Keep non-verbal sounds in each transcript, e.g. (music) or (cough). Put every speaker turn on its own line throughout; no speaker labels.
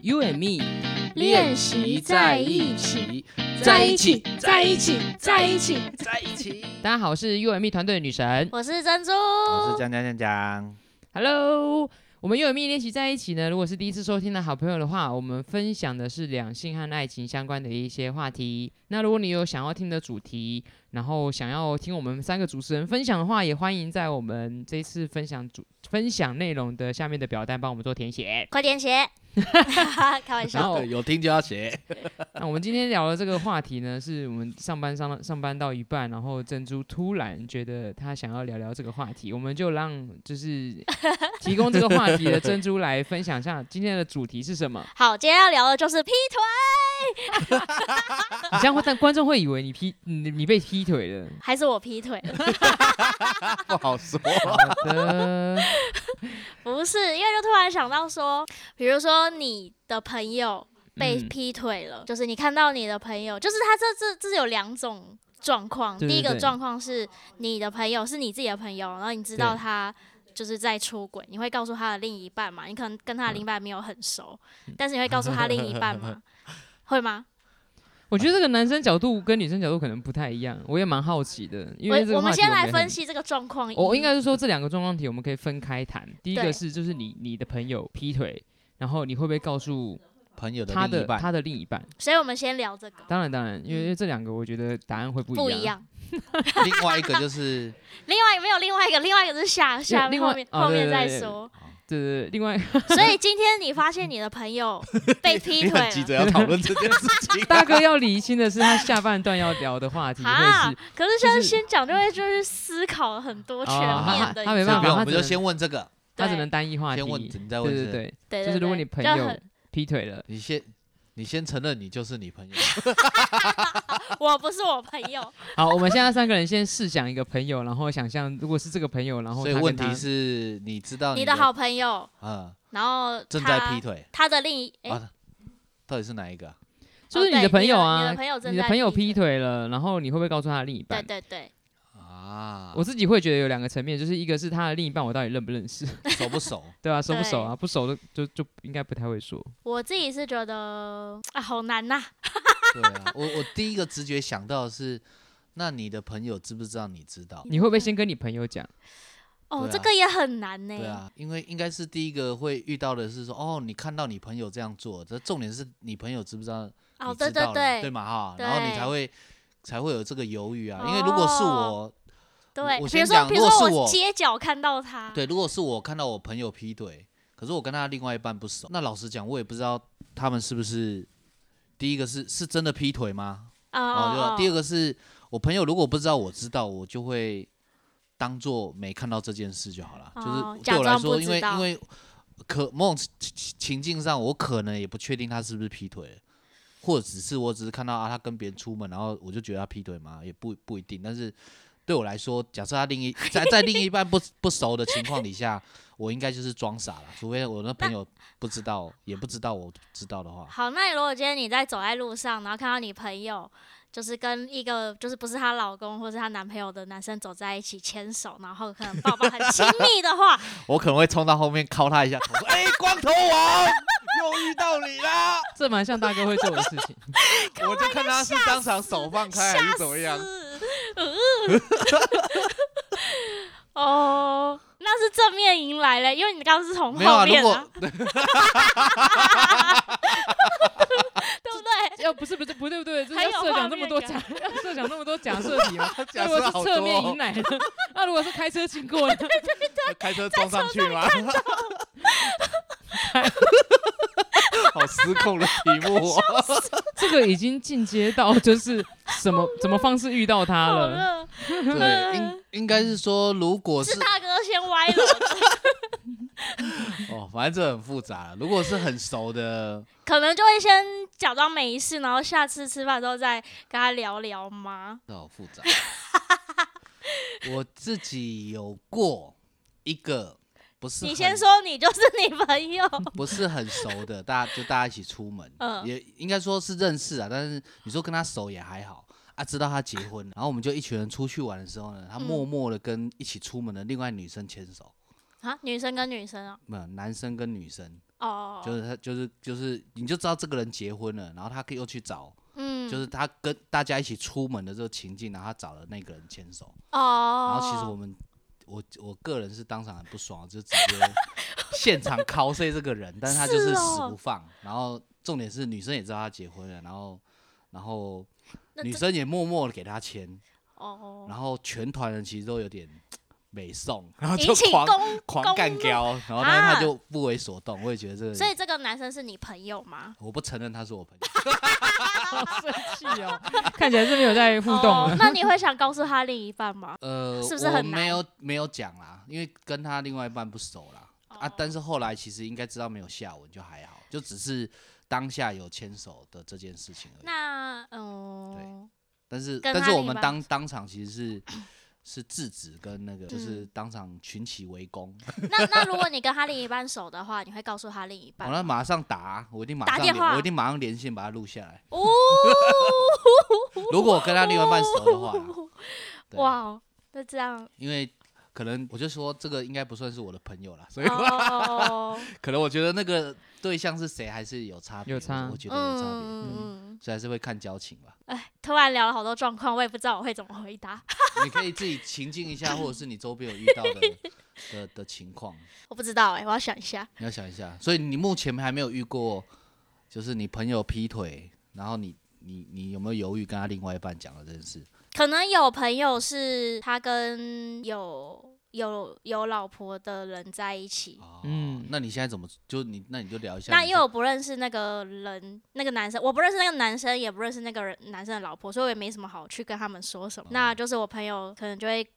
You and me
练习在一
起，
在一起，在一起，在一起。
在一起。大家好，我是 You and me 团队的女神。
我是珍珠，
我是江江江江，
Hello，我们 You and me 练习在一起呢。如果是第一次收听的好朋友的话，我们分享的是两性和爱情相关的一些话题。那如果你有想要听的主题，然后想要听我们三个主持人分享的话，也欢迎在我们这一次分享主分享内容的下面的表单帮我们做填写。
快
(laughs)
点写，开玩
然
笑。
后
有听就
(laughs)
要写，
那我们今天聊的这个话题呢，是我们上班上上班到一半，然后珍珠突然觉得她想要聊聊这个话题，我们就让就是
(laughs)
提供这个话题的珍珠来分享一下今天的主题是什么。
好，今天要聊的就是劈腿，
你这样会但观众会以为你劈你你被劈腿了。
还是我劈腿？
不好说。
好
(laughs)
的，
不是，因为就突然想到说，比如说你的朋友被
嗯
劈腿了，就是你看到你的朋友，就是他这这这有两种状况。
对对
第一个
对
状况是你的朋友是你自己的朋友，然后你知道
对
他。就是在出轨，你会告诉他的另一半嘛？你可能跟他的
嗯
另一半没有很熟，但是你会告诉他另一半
(laughs)
吗？会吗？
我觉得这个男生角度跟女生角度可能不太一样，我也蛮好奇的，因
我
为这个
我
话
们
题
先
我
来
也
分
很
析这个状况一。嗯
我应该是说这两个状况题，我们可以分开谈。第一个
对
是就是你你的朋友劈腿，然后你会不会告诉
朋友的
他
另
的
一半，
他的另一半？
所以我们先聊这个
当然当然，因为因为这两个我觉得答案会不一样。
嗯不一。样。
(laughs) 另外一个
(laughs)
就是
另外没有另外一个，另外一个是下下
另
后
外
面
哦
后
对
面
对
再
对
说。
对对对，另外，
所以今天你发现你的朋友被劈
你
腿
很急
了。
着要讨论这件事情
大哥要理清的是，他下半段要聊的话题会
啊
是。！
可是
就
像
是
先讲就会就是思考很多全
哦
面的，
他他他
你
(laughs) 没
知
办法
道
不用，
他
我们
只
就
能
先问这个，
他只
对
能单一话题。
先问，你再问
对
是
对，对，
对对
就是如果
对
你朋
就
友
很
劈腿了，
你先你先承认你就是你朋友，
我不是我朋
(laughs)
友，
好，我们现在三个人先试想一个朋友，然后想象如果是这个朋友， (laughs) 然后
所以
他跟
问
他
题是你知道
你的
的
好朋友，
嗯
然
(laughs)
后
正在
他
劈腿
他的另一哎，
啊，到底是哪一个啊？
就是
哦
你的
对
朋友
你
啊
的，朋友正
你的
在
朋友劈
腿，
腿了，然后你会不会告诉他的另一
对
半？
对对，
啊，
我自己会觉得有两个层面，就是一个是他的另一半，我到底认不认识， (laughs)
熟不熟？
对吧、熟不熟啊？
对
不熟的就就应该不太会说。
我自己是觉得啊好难呐，
对啊，我我第一个直觉想到的是，那你的朋友知不知道你知道？
你会不会先跟你朋友讲？
哦
对啊
这个也很难
对
呢，
啊，因为应该是第一个会遇到的是说，哦，你看到你朋友这样做，这重点是你朋友知不知道
哦
你
对
知
对
道了，对
对
嘛哈，然后你
对哦
才会才会有这个犹豫啊。因为如果是我，
对，
我
比如
先
说
讲
比如
如果
说
是
我
我
街角看到他，
对，如果是我看到我朋友劈腿，可是我跟他另外一半不熟，那老实讲，我也不知道他们是不是第一个是是真的劈腿吗？
啊
哦，对
哦
吧
哦，
第二个是我朋友如果不知道我知道，我就会当做没看到这件事就好了。
哦
就是
假
对我来
装不
说，因
知
为
道
因为可某种情情情境上，我可能也不确定他是不是劈腿了，或者只是我只是看到啊他跟别人出门，然后我就觉得他劈腿嘛，也不不一定。但是对我来说，假设他另一 (laughs) 在在另一半不不熟的情况底下，我应该就是装傻了，除非我那朋友不知道，也不知道我知道的话。
好，那如果今天你在走在路上，然后看到你朋友就是跟一个就是不是她老公或是她男朋友的男生走在一起牵手，然后可能抱抱很亲密的
(laughs)
话，
我可能会冲到后面敲他一下，我说：“哎、光头王，又遇到你啦
这蛮像大哥会做的事
(laughs)
情。！”
我就看他是当场手放开还是怎么样。
是，呃 (laughs) 哦，那是正面迎来了，因为你刚刚是从
没有
后
啊，如
面
果
啊，对不对？
要不是不是不对不对，这
还
要
有
设
画
想这么
面
多
感 (laughs)
假，要设想那么多假设题吗？那
假
如果
设
是
好
侧面
多、
迎来的，那如果是开车经过呢？
开车撞上去吗？ (laughs) 好失控的题目、哦，
(laughs) 这个已经进阶到就是什么怎么方式遇到他
好
了？
了，
对，应应该是说，如果是
是嗯大哥先歪了，
哦，反正这很复杂。如果是很熟的，
可能就会先假装没事，然后下次吃饭之后再跟他聊聊吗？
这好复杂。我自己有过一个不是
你
很
先说，你就是你朋
(laughs)
友。 (laughs)
不是很熟的，大家就大家一起出门，
嗯
也应该说是认识啊，但是你说跟他熟也还好啊，知道他结
(laughs)
婚了，然后我们就一群人出去玩的时候呢，他
嗯
默默的跟一起出门的另外女生牵手，
啊，女生跟女生啊，
没有男生跟女生，
哦，
就是他就是就是你就知道这个人结婚了，然后他又去找，
嗯，
就是他跟大家一起出门的这个情境，然后他找了那个人牵手，
哦，
然后其实我们我我个人是当场很不爽，就直接现场 cos 这个人，但是他就是
是
死
哦
不放，然后重点是女生也知道他结婚了，然后然后
那
女
这
生也默默的给他签，
哦，
然后全团人其实都有点美送，然后
引
就
起
狂
公，
狂
公
干
怒
掉，然后但是
啊
他就不为所动，我也觉得这个
所以
人，
这个男生是你朋友
(laughs)
吗？
我不承认他是我朋友。
好生气哦，看起来是没有在互动
哦
了。，
那你会想告诉他另一半
(laughs)
吗？
呃，
是不是很
我
难
没有没有讲啦，因为跟他另外一半不熟啦、啊
哦。
但是后来其实应该知道没有下文，就还好，就只是当下有牵手的这件事情而已。
那嗯，
但是
跟
但
他
是我
另一
们
半
当当场其实
(clears throat)
是是制止跟
嗯
那个就是当场群起围攻，
那那如果你跟他另一半熟的话，你会告诉他另一
我、
半
那
吗？
马上打，啊我一定马
打
上
电
连
话
我一定马上连线把它录下来。
哦，
如果我跟他 (laughs) 另外一半熟的话啦，对啊
哇，哦，那这样
因为可能我就说这个应该不算是我的朋友啦，所以
哦，
可能我觉得那个对象是谁还是有差别，
有差
我觉得有差别。
嗯，
所以还是会看交情
(laughs)
吧。
哎，突然聊了好多状况，我也不知道我会怎么回答， (laughs)
你可以自己情境一下，或者是你周边有遇到的 (laughs) 的的情况，
我不知道哎，我要想一下。
你要想一下。所以你目前还没有遇过，就是你朋友劈腿，然后你你你有没有犹豫跟他另外一半讲了这件事？
可能有朋友是他跟有有有老婆的人在一起，
哦，
嗯
那你现在怎么就你那你就聊一下你这。
那因为我不认识那个人，那个男生，我不认识那个男生，也不认识那个人男生的老婆，所以我也没什么好去跟他们说什么。
哦
那就是我朋友可能就会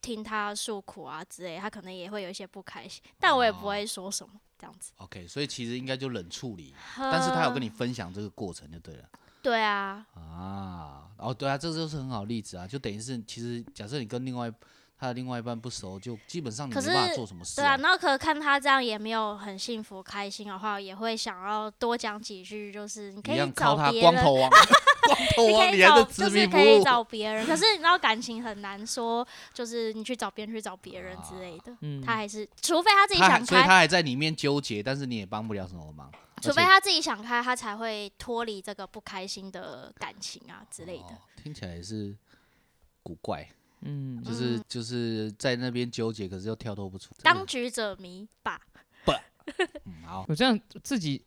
听他诉苦啊之类，他可能也会有一些不开心，但我也不会说什么这样子。
OK，所以其实应该就冷处理，哦
呃
但是他有跟你分享这个过程就对了
对啊，
啊。哦，对啊，这就是很好的例子啊，就等于是其实假设你跟另外他的另外一半不熟，就基本上你
可
没办法
是
做什么事、
对啊，然后可看他这样也没有很幸福开心的话，也会想要多讲几句，就是你可
一
以
样
找
靠他
别
光
人 (laughs)
头王，光头
你
王，
可以
还
找，
在
就
执
是
迷不
可以
悟。
找别人，可是你知道感情很难说，就是你去找别人去找别人之类的，
嗯
他还是除非他自己
啊他还
想
所以
开，
他还在里面纠结，但是你也帮不了什么忙。
除
而且
非他自己想开，他才会脱离这个不开心的感情啊之类的
哦。听起来也是古怪，
嗯，
就是、就是在那边纠结，可是又跳脱不出。这个
当局者迷吧，
嗯好，
我这样自己，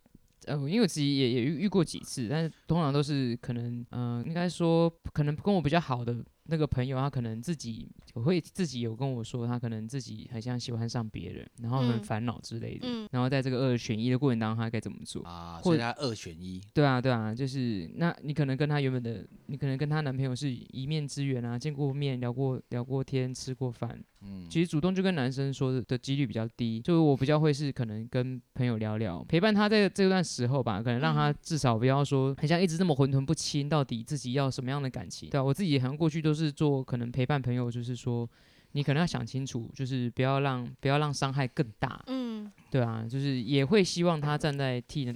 呃，因为我自己也也遇遇过几次，但是通常都是可能，嗯、应该说可能跟我比较好的那个朋友，他可能自己我会自己有跟我说，他可能自己很像喜欢上别人，然后很
嗯
烦恼之类的，
嗯
然后在这个二选一的过程当中，他该怎么做？
啊，
或
所
者
以他二选一，
对啊，对啊，就是那你可能跟她原本的，你可能跟她男朋友是一面之缘啊，见过面、聊过聊过天、吃过饭，
嗯，
其实主动就跟男生说的的几率比较低。就是我比较会是可能跟朋友聊聊，陪伴她在这段时候吧，可能让她
嗯
至少不要说很像一直这么混沌不清，到底自己要什么样的感情。对啊，我自己好像过去都是做可能陪伴朋友，就是说你可能要想清楚，就是不要让不要让伤害更大。
嗯
对啊，就是也会希望她站在替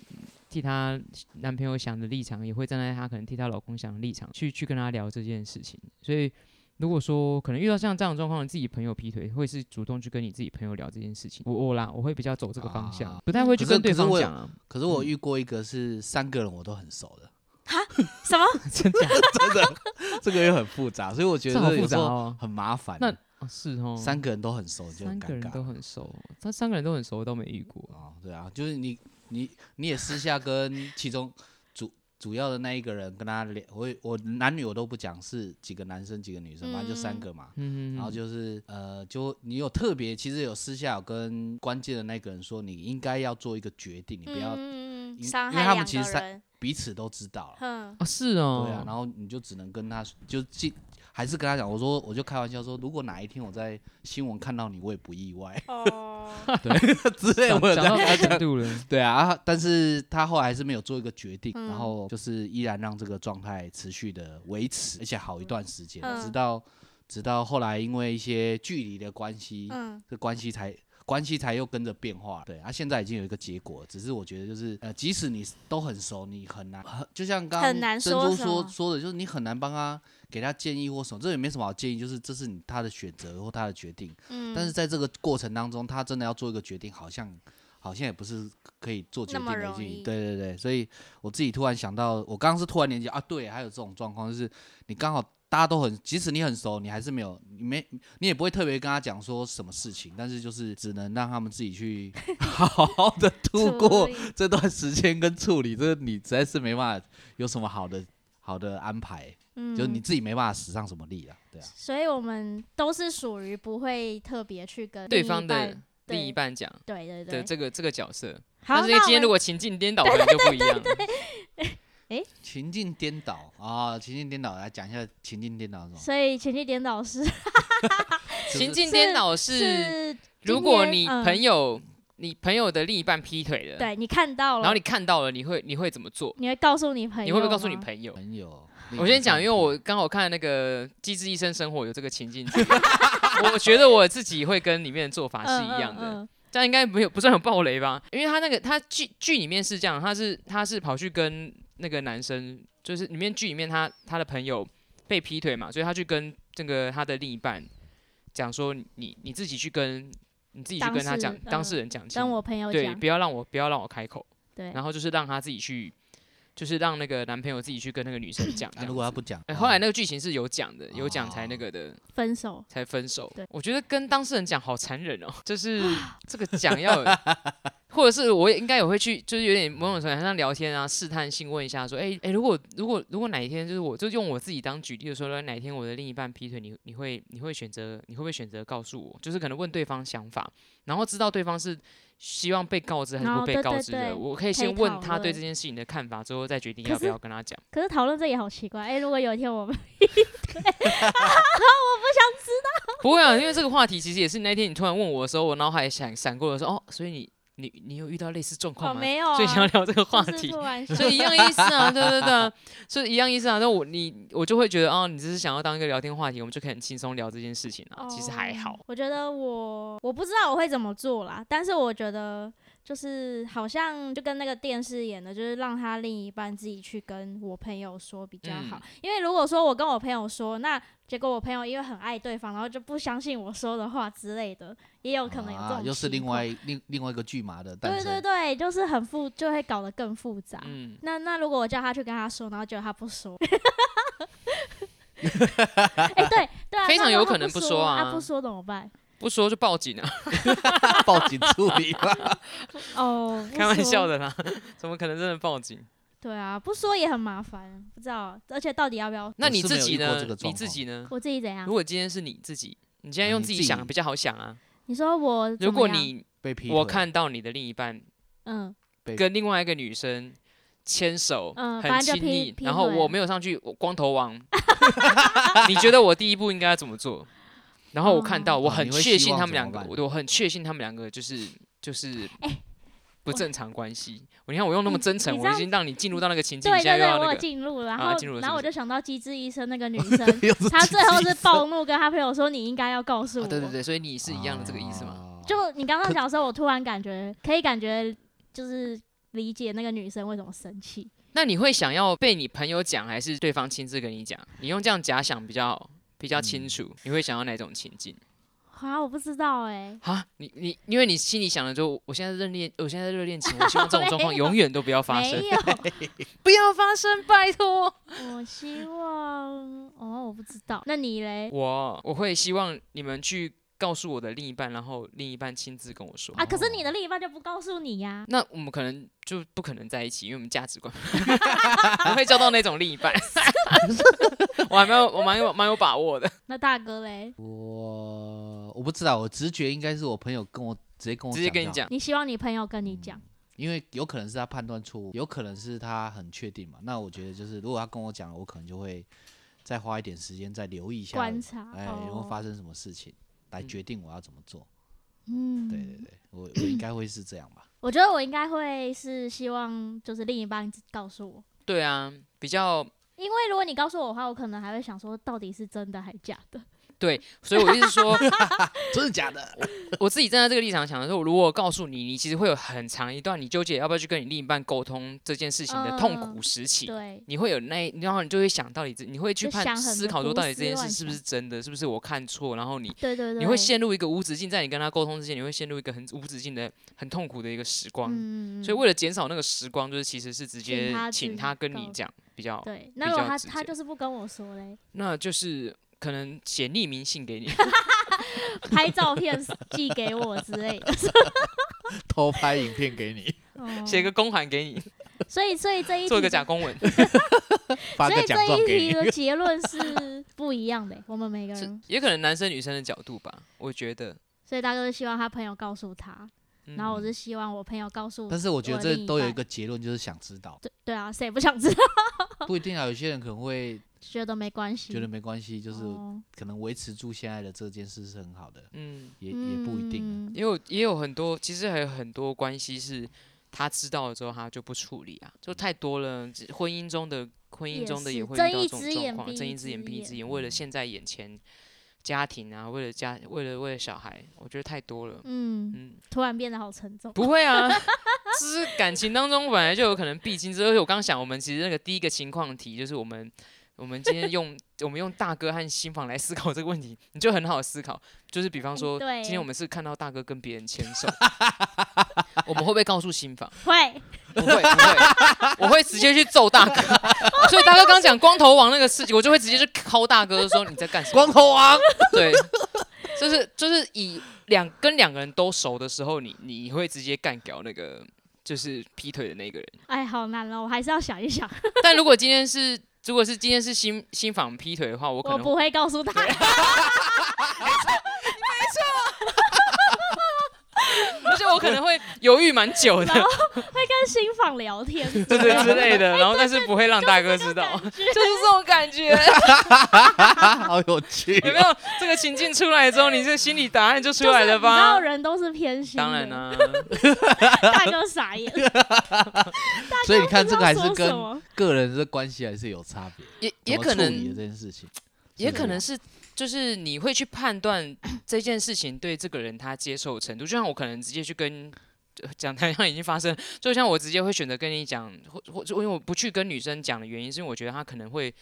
替她男朋友想的立场，也会站在她可能替她老公想的立场去去跟她聊这件事情。所以如果说可能遇到像这样的状况，自己朋友劈腿，会是主动去跟你自己朋友聊这件事情。我我啦，我会比较走这个方向，
啊
不太会去
可是
跟对
可是
方
我有
讲啊，
可是我遇过一个是三个人我都很熟的，
什么？
真假？
真的，这个又很复杂，所以我觉
这好
得
复
有时
杂
候
哦。
很麻烦。
那哦是哦，
三个人都很熟就
三
很
个
尴
人
尬
都。很熟，他三个人都很熟，都没遇过。
哦，对啊，就是你你你也私
(laughs)
下跟其中主主要的那一个人跟他聊，我也我男女我都不讲是几个男生几个女生，反正就三
嗯
个嘛。
嗯，
然后就是呃，就你有特别，其实有私下有跟关键的那个人说，你应该要做一个决定，你 (laughs) 不要
嗯
因
伤
因为
害
他
两
们其
个
实三
人，
彼此都知道了， (laughs)
哼，
哦是哦，
对啊，然后你就只能跟他就尽还是跟他讲，我说我就开玩笑说，如果哪一天我在新闻看到你，我也不意外 (laughs)
哦，
之类，我有这
讲到
样
这个程度了，
对啊，但是他后来还是没有做一个决定，
嗯
然后就是依然让这个状态持续的维持，而且好一段时间，
嗯
直到直到后来因为一些距离的关系，
嗯，
这关系才关系才又跟着变化。对，啊，现在已经有一个结果，只是我觉得就是呃，即使你都很熟，你很难，很就像刚
很
刚
难
珍
说
珠
什
说
么
说的，就是你很难帮他给他建议或什么，这也没什么好建议，就是这是你他的选择或他的决定。
嗯
但是在这个过程当中，他真的要做一个决定，好像好像也不是可以做决
那
定
么
的
容
事情。
易
对对对，所以我自己突然想到，我刚刚是突然连接啊，对，还有这种状况，就是你刚好大家都很，即使你很熟，你还是没有，你没，你也不会特别跟他讲说什么事情，但是就是只能让他们自
(laughs)
己去好好的度过
处理
这段时间跟处理，这你实在是没办法有什么好的好的安排，
嗯，
就是你自己没办法使上什么力啊，对啊。
所以我们都是属于不会特别去跟
对
另一
方的
半对
另一半讲
对对
的
对。
这个这个角色。
好，
但是因
那
为今天
我们
如果情境颠倒，可能就不一
(laughs)
样了。
情境颠倒啊、情境颠倒，来讲一下情境颠倒是什么？
所以前期颠倒是
就是
情境颠倒是，
是
如
今
果
天
你
嗯
朋友、你朋友的另一半劈腿了，
对你看到了，
呃然后你看到了，你会你会怎么做？
你会告诉你朋友吗，
你会不会告诉你朋友？
朋友，
我先讲，因为我刚好看那个《机智医生生活》有这个情境 (laughs) 剧我觉得我自己会跟里面的做法是
嗯
一样的。
嗯嗯
这样应该没有不算有暴雷吧？因为他那个他剧剧里面是这样，他是他是跑去跟那个男生，就是里面剧里面他他的朋友被劈腿嘛，所以他去跟这个他的另一半讲说你，你你自己去跟你自己去跟他讲
当事人
当事人讲清，
跟我朋友
对，
讲，
不要让我不要让我开口，
对，
然后就是让他自己去，就是让那个男朋友自己去跟那个女生讲。这
啊，如
样
果他
子
不讲，
哎后来
呢？
那个剧情是有讲的，有讲才
哦
那个的。
分手，
才分手
哦对。
我觉得跟当事人讲好残
(laughs)
忍哦，就是这个讲要 (laughs) 有，或者是我也应该也会去，就是有点某种程度上聊天啊，试探性问一下说，哎、哎、如果如果如果哪一天就是我就用我自己当举例的时候，哪一天我的另一半劈腿，你你会你会选择你会不会选择告诉我？就是可能问对方想法，然后知道对方是。希望被告知还是
哦
不被
对
告
对
知的，
对
我可以
可以
先问他
讨
对
论
这件事情的看法，之后再决定
可
要不
是
要跟他讲。
可是讨论这也好奇怪，哎，如果有一天我们
不会啊，因为这个话题其实也是那天你突然问我的时候，我脑海想闪过的说，哦，所以你你你有遇到类似状
哦
况吗？
没有啊，
所以想要聊这个话
就是
题 (laughs)
突，然
所以一样意思啊，对对对啊，所以一样意思啊。那我你我就会觉得，哦，你只是想要当一个聊天话题，我们就可以很轻松聊这件事情啊。其实还好
哦，我觉得我我不知道我会怎么做啦，但是我觉得就是好像就跟那个电视演的，就是让他另一半自己去跟我朋友说比较好，
嗯
因为如果说我跟我朋友说，那结果我朋友因为很爱对方，然后就不相信我说的话之类的，也有可能有这种、
啊，又是另外。另另外一个巨麻的诞
对对
生，
对，就是很复，就会搞得更复杂。
嗯，
那那如果我叫他去跟他说，然后结果他
(laughs)
不说，哎、对对啊，
非常
那
有
如果他
可能
不
不说啊
他不说怎么办？
不说就报警啊，
报警处理吧。
(laughs)
哦，不
开玩
说
笑。的啦，怎么可能真的报警？
对啊，不说也很麻烦，不知道，而且到底要不要？
那
我
你
是
自
没有
己
遇过
呢
这个？状
你自
况
己呢？
我自己怎
嗯
样
如？果今天是你自己，你今天
啊
用
你
自己
自己
想比较好想啊。
你说我怎么
如果
样
你
被劈腿，
我看到你的另一半
嗯
对
跟另外一个女生牵手，
嗯
很
反正
亲
就劈
密，
劈
然后
腿
我
啊
没有上去，我光头王， (laughs) 你觉得我第一步应该要怎么做？然后我看
嗯
到，我
哦
很
你会
确
希
信
望
他们
怎
两
么
个，
办
我我很确信他们两个就是就是
哎
不正常关系。我你看我用那么
你
真诚，
你
我
这
已
样
经让你进入到那个情境，
对
你现
对
在又
对，
要
我
那
有
个，
进入，然
啊
后、
进入了
然后我
是不
就想到《机智医生》那个女
(laughs)
生，
(laughs) 又是
她最后是
报
暴怒，跟她朋友说：“你应该要告诉我。
啊对对对，所以你是一样的这个意思吗？
吗
就你刚刚
可
讲的时候，我突然感觉可以感觉就是理解那个女生为什么生气。
那你会想要被你朋友讲，还是对方亲自跟你讲？你用这样假想比较比较清
嗯
楚，你会想要哪种情境？
啊，我不知道哎、
啊，你你，因为你心里想的就，我现在热恋，我现在在热恋情，我希望这种状况
(laughs) 没有
永远都不要发
没
生， (laughs)
有，
不要发生，拜托。
我希望哦，我不知道。那你嘞？
我我会希望你们去告诉我的另一半，然后另一半亲自跟我哦说。
啊，可是你的另一半就不告诉你呀、
那我们可能就不可能在一起，因为我们价值观 (laughs) 不会交到那种另一半。我还蛮有，我蛮有蛮有把握的。
那大哥嘞？
我我不知道，我直觉应该是我朋友跟我直接跟我
直接跟你
就好，
讲，
你希望你朋友跟
嗯
你讲，
因为有可能是他判断错误，有可能是他很确定嘛。那我觉得就是如果他跟我讲了，我可能就会再花一点时间再留意一下，
观察，
哎，有没有
哦，
发生什么事情来
嗯
决定我要怎么做。
嗯，
对对对，我我应该会是这样吧。
我觉得我应该会是希望就是另一半告诉我，
对啊，比较
因为如果你告诉我的话，我可能还会想说到底是真的还假的。
对，所以我一直说，
真的假的？
我自己站在这个立场想的时候，如果我告诉你，你其实会有很长一段你纠结要不要去跟你另一半沟通这件事情的痛苦时期。
嗯 (laughs) 对，
你会有那一，然后你就会想到底这，你会去
就
判
想很多
思考说
胡
到底这
思
件事
乱
是不是真的，是不是我看错，然后你
对对对，
你会陷入一个无止境，在你跟他沟通之间，你会陷入一个很无止境的、很痛苦的一个时光。
嗯，
所以为了减少那个时光，就是其实是直
请
接
他自
请
己
他跟你
告
讲比较好，
对，那
比
如果
较
他
直
他
接
就是不跟我说嘞，
那就是可能写匿名信
(laughs)
给你， (laughs)
拍照片寄给我之类
(laughs)
的，
偷拍影片给你，
哦
写个公函给你，
所以所以这一
做一
题
个假公文。
发
所
个
以
奖
这
状
一
给
题
你。
(laughs)
的结论是不一样的欸，我们每个
是
人，
也可能男生女生的角度吧，我觉得。
所以大哥是希望他朋友告诉他，
嗯
然后我是希望我朋友告诉
(laughs) 但是我觉得
我
这
另一
都有一
半
个结论，就是想知道，
对对啊，谁不想知道？ (laughs)
不一定啊。有些人可能会
觉得没关系，
觉得没关系，就是
嗯哦
可能维持住现在的这件事是很好的，
嗯，
也也不一定啊。
嗯
也有也有很多，其实还有很多关系是他知道了之后他就不处理啊，就太多了。这婚姻中的婚姻
也
中的
是
也会遇
睁
到这
一
种
只
状
眼
况，
闭
睁
一
一只
只
眼闭一
眼嗯
只眼，为了现在眼前家庭啊，为了家为了为了小孩，我觉得太多了。
嗯，
嗯，
突然变得好沉重。
不会啊， (laughs) 就是感情当中本来就有可能必经之路。而且我刚想，我们其实那个第一个情况题就是我们，我们今天用 (laughs) 我们用大哥和新房来思考这个问题，你就很好思考。就是比方说，
对
今天我们是看到大哥跟别人牵手， (laughs) 我们会不会告诉新房？
会，
不会，不会， (laughs) 我会直接去揍大哥。 (laughs) 所以大哥刚讲光头王那个事情，我就会直接去敲大哥说你在干什么？
光头王，
(laughs) 对，就是就是以两跟两个人都熟的时候，你你会直接干掉那个就是劈腿的那个人。
哎，好难了，我还是要想一想，
但如果今天是如果是今天是新新房劈腿的话，我可
我
能
不会告诉他。
而且我可能会犹豫蛮久的
然，后会跟新访聊天，
对 (laughs) 对
(laughs)
之类的，然后但是不会让大哥知道，就是这种感 (laughs) 觉。
啊 (laughs) 好有趣
有没有这个情境出来之后，你这心理答案就出来了
就是你知道
吧？
人都是偏心的，
当然啊啦、
大哥傻眼，
所以你看，这个还是
不知道说
跟
什么
个人的关系还是有差别，
(laughs) 也也
怎么
可
处理的
能，
这件事情，
也
是不
可
是
能是，就是你会去判断这件事情对这个人他接受程度。就像我可能直接去跟呃讲 (laughs) 台上已经发生，就像我直接会选择跟你讲，或或就因为我不去跟女生讲的原因，是因为我觉得她可能会，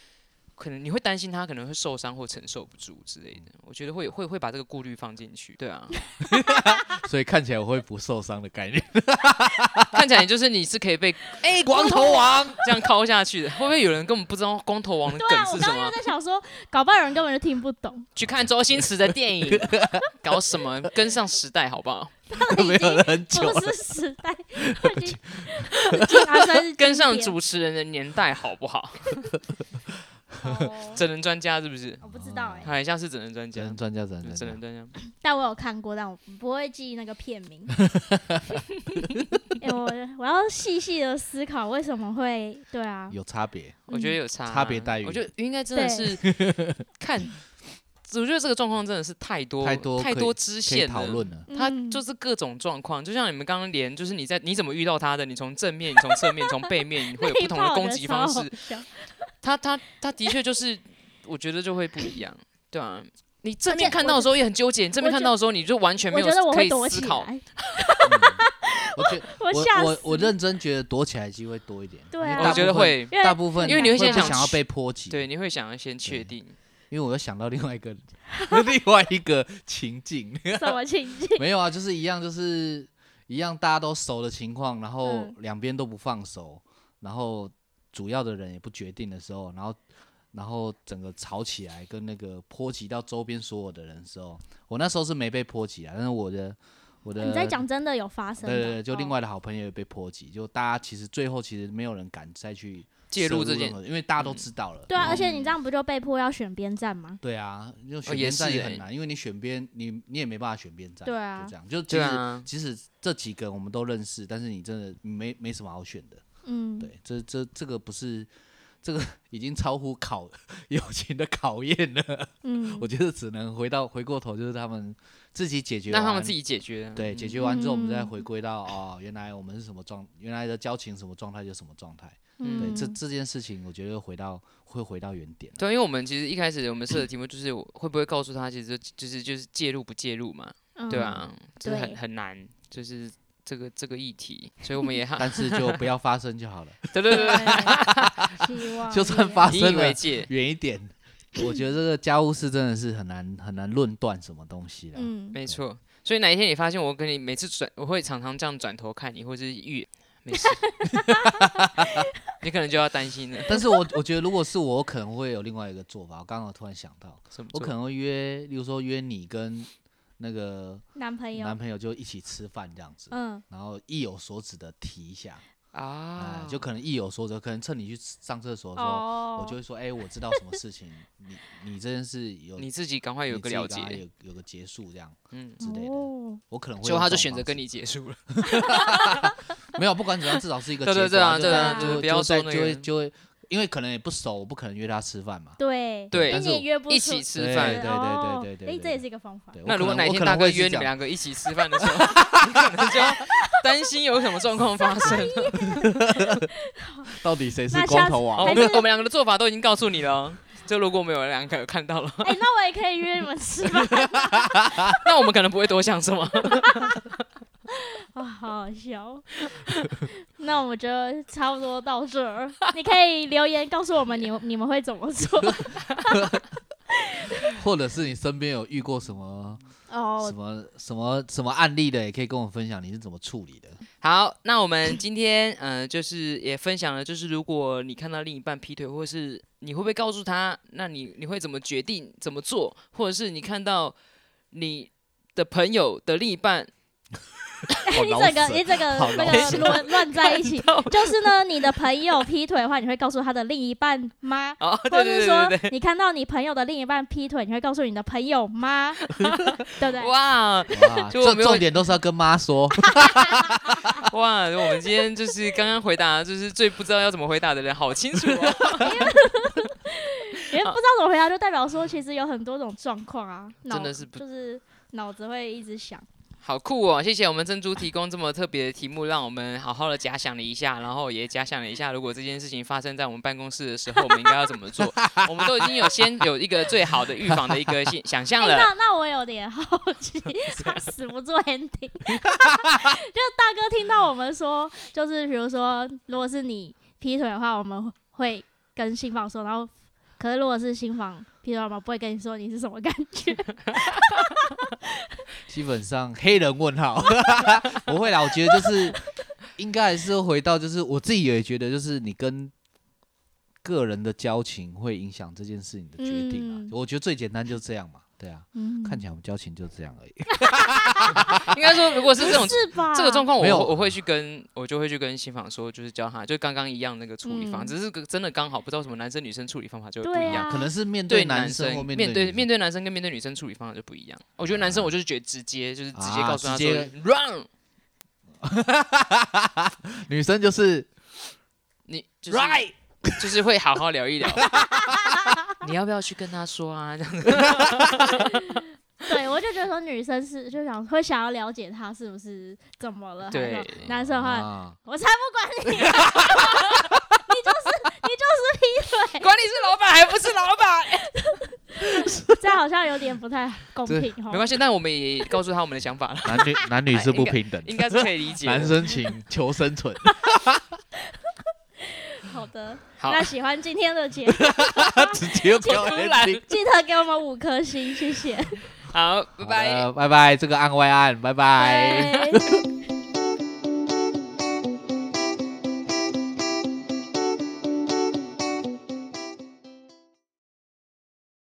可能你会担心她可能会受伤或承受不住之类的。我觉得会会会把这个顾虑放进去。对啊，
所以看起来我会不受伤的概念。
(laughs) 看起来就是你是可以被
哎、光头王，
这样敲下去的。会不会有人根本不知道光头王的
对啊
梗，
我
是什
刚
么
刚又？在想说，搞不好有人根本就听不懂，
去看周星驰的电
(laughs)
影，搞什么？跟上时代好不好？
没有了很久
不
了，
是时代，已经已经啊算是
跟上
经典
主持人的年代好不好？
哦
整人专家是不是？
我不知道哎、
好像是整人专
只
家
能，专家，只
嗯
能
整
专
人
家。
专家。
但我有看过，但我不会记那个片
(laughs)
名。哎、我我要细细的思考为什么会对啊，
有差别，
我觉得有差啊
差别待遇
我觉得应该真的是看，我觉得这个状况真的是太多
太多
太
可以
多支
可以
线
讨
了。
论
(laughs)
了。
他
嗯
就是各种状况，就像你们刚刚连，就是你在你怎么遇到他的，你从正面、你从侧面、从背面，你会有不同的攻击方式
(laughs) 那一炮我觉。得超好笑
他他他的确就是，我觉得就会不一样，对啊。你正面
而且
看到的时候也很纠结，你正面
我觉
看到的时候你就完全没
我
有
觉得我
可
会
以
躲
思
起
考，
来， (laughs)
嗯我
(laughs)
觉得
我吓
我
死
我我认真觉得躲起来的机会多一点。
对啊
因为大
我
部
觉得
分
会，
因为
大部分
因为你会
不
先想
想要被波及，
对，，你会想要先确定，
因为我又想到另外一个 (laughs) 另外一个情境， (laughs)
什么情境？
没有啊，就是一样，就是一样，大家都熟的情况，然后
嗯
两边都不放手，然后主要的人也不决定的时候，然后然后整个吵起来，跟那个波及到周边所有的人的时候，我那时候是没被波及啊，但是我的我的
你在讲真的有发生的？
对对对，就另
哦
外的好朋友也被波及，就大家其实最后其实没有人敢再去
介入
涉
这
任
件嗯
何，因为大家都知道了。
对啊，而
然后
且你这样不就被迫要选边站吗？
对啊，就选
也
边站
是
也很
欸
难，因为你选边你你也没办法选边站，
对啊
就这样，就其
对
实、
啊，
即使这几个我们都认识，但是你真的没没什么好选的。
嗯，
对，这这这个不是这个已经超乎考 (laughs) 友情的考验了。 (laughs)
嗯
我，觉得只能回到回过头，就是他们自己解决，
让他们自己解决啊。
对，
嗯
解决完之后，我们再
嗯
回归到哦，原来我们是什么状，原来的交情什么状态就什么状态。
嗯
对，这这件事情，我觉得回到会回到原点。
对，啊因为我们其实一开始我们设的题目就是我会不会告诉他，其实就就是就是介入不介入嘛，
嗯
对，啊，就是很
对
很难，就是这个这个议题，所以我们
啊
(laughs)
也
但是就不要发生就
(laughs)
好了，
对对对对，
(laughs)
希望
就算 (laughs) 发
引以
生了
为，戒。
远一点。我觉得这个家务事真的是很难很难论断什么东西了。
嗯，
没错，所以哪一天你发现我跟你每次转，我会常常这样转头看你，或者是遇没
(laughs)
事，你可能就要担心了。
但是我我觉得如果是我，我可能会有另外一个做法。我刚刚突然想到，
什么
我
做
可能会约，例如说约你跟那个
男朋友
男，朋友就一起吃饭这样子，
嗯，
然后意有所指的提一下，
啊
哎，，就可能意有所指，可能趁你去上厕所的时候，
哦
我就会说，哎，我知道什么事情，你你这件事有
你自己赶快有
你
个
自己
了
赶快
解，
有有个结束这样。
嗯，
之类的
哦
我可能会
结果
用
他
这
就
种
选
方
择
式
跟你结束了。
没有，不管怎样，至少是一
(laughs)
个
对对
结果啊
对
啊
就
对啊
就
不要
就在
说那
就会
个
就会，因为可能也不熟，我不可能约他吃饭嘛。
对
对
但
但
你也
是我
约不
一
出
起吃
对
饭。
对
哦
对对对对
哎，
对
这也是一个方法，
对，我
那
可
如果
能
哪一
我
天
可
大
能
哥
会是
约你
这
们
样
两个一起吃饭的时候，你可能就要担心有什么状况发生。
到底谁是
那下
光
次
头啊
好，
王？
我
还
们
是
我们两个的做法都已经告诉你了哦，就如果我们有两个有看到了，
哎，那我也可以约你们吃饭，
(laughs)
(laughs)
那我们可能不会多想什么。
哇，好好笑。 (laughs) 那我们就差不多到这儿，你可以留言告诉我们你你们会怎么
(laughs)
做
或者是你身边有遇过什么什
哦。
么什么什么案例的，也可以跟我分享你是怎么处
(laughs)
理的。
好，那我们今天嗯、呃就是也分享了，就是如果你看到另一半劈腿，或是你会不会告诉他？那你你会怎么决定怎么做？或者是你看到你的朋友的另一半，
好
(laughs) 你
老
整个
舍
你整个
好
那
老
个
舍
乱乱在
(laughs)
一起，
到
就是呢，你的朋友劈腿的话，你会告诉他的另一半
(laughs)
吗？
(laughs) 哦，
或
对
者
对
是
对
说
对对，
你看到你朋友的另一半劈腿，你会告诉你的朋友
(laughs)
吗？ (laughs) 对不对？
哇
哇，
就我
啊重
没有
重点都是要跟妈说。
哇，我们今天就是刚刚回答，就是最不知道要怎么回答的人，好清楚哦。
因为不知道怎么回答，就代表说其实有很多种状况啊，脑
真的是不
就是脑子会一直想。
好酷哦！谢谢我们珍珠提供这么特别的题目，让我们好好的假想了一下，然后也假想了一下，如果这件事情发生在我们办公室的时候，我们应该要怎么 (laughs) 做？我们都已经有先有一个最好的预防的一个想想象 (laughs) 了。
哎、那那我有点好
(laughs)
奇，他死不做 ending，就是 (laughs) 大哥听到我们说，就是比如说，如果是你劈腿的话，我们会跟新房说，然后可是如果是新房劈腿的话，我们不会跟你说你是什么感
(laughs)
觉。
基本上黑人问号， (laughs) 不会啦，我觉得就是应该还是会回到，就是我自己也觉得，就是你跟个人的交情会影响这件事情的决定啊。
嗯
我觉得最简单就是这样嘛，对啊，
嗯，
看起来我们交情就这样而已。
应该说，如果是这种
是吧？
这个状况，我
没有
我会去跟我就会去跟新房说，就是教他，就刚刚一样那个处理方法，
嗯
只是个真的刚好不知道为什么男生女生处理方法就不
对
一样。
啊
可能是面
对
男
男生
或面
面对
对
面对男生跟面对女生处理方法就不一样。我觉得男生我就是觉得直接，就是直接
啊
告诉他
直
说
接
run，
对女生就是
你就是
right，
就是会好好聊一聊。 (laughs) 你要不要去跟他说 (laughs) 啊？这样子
对，我就觉得说女生是就想会想要了解他是不是怎么了，
对
还是说男生的话，
啊
我才不管你、啊，你就是你就是劈腿，
管你是老板还不是老 (laughs) 板，
(laughs) 这样好像有点不太公平
没
哦。
关系。但我们也告诉他我们的想法了，
男
(laughs)
女男女是不平等，
哎应该是可以理解
(laughs)
的。
男生请求生存。
好的，
好，
那喜欢今天的节目，
直接
(laughs)
不要
突然
ending
记得给我们
(laughs)
五颗星，谢谢，
好，拜拜。
好的拜拜，这个案外案，拜拜。
拜。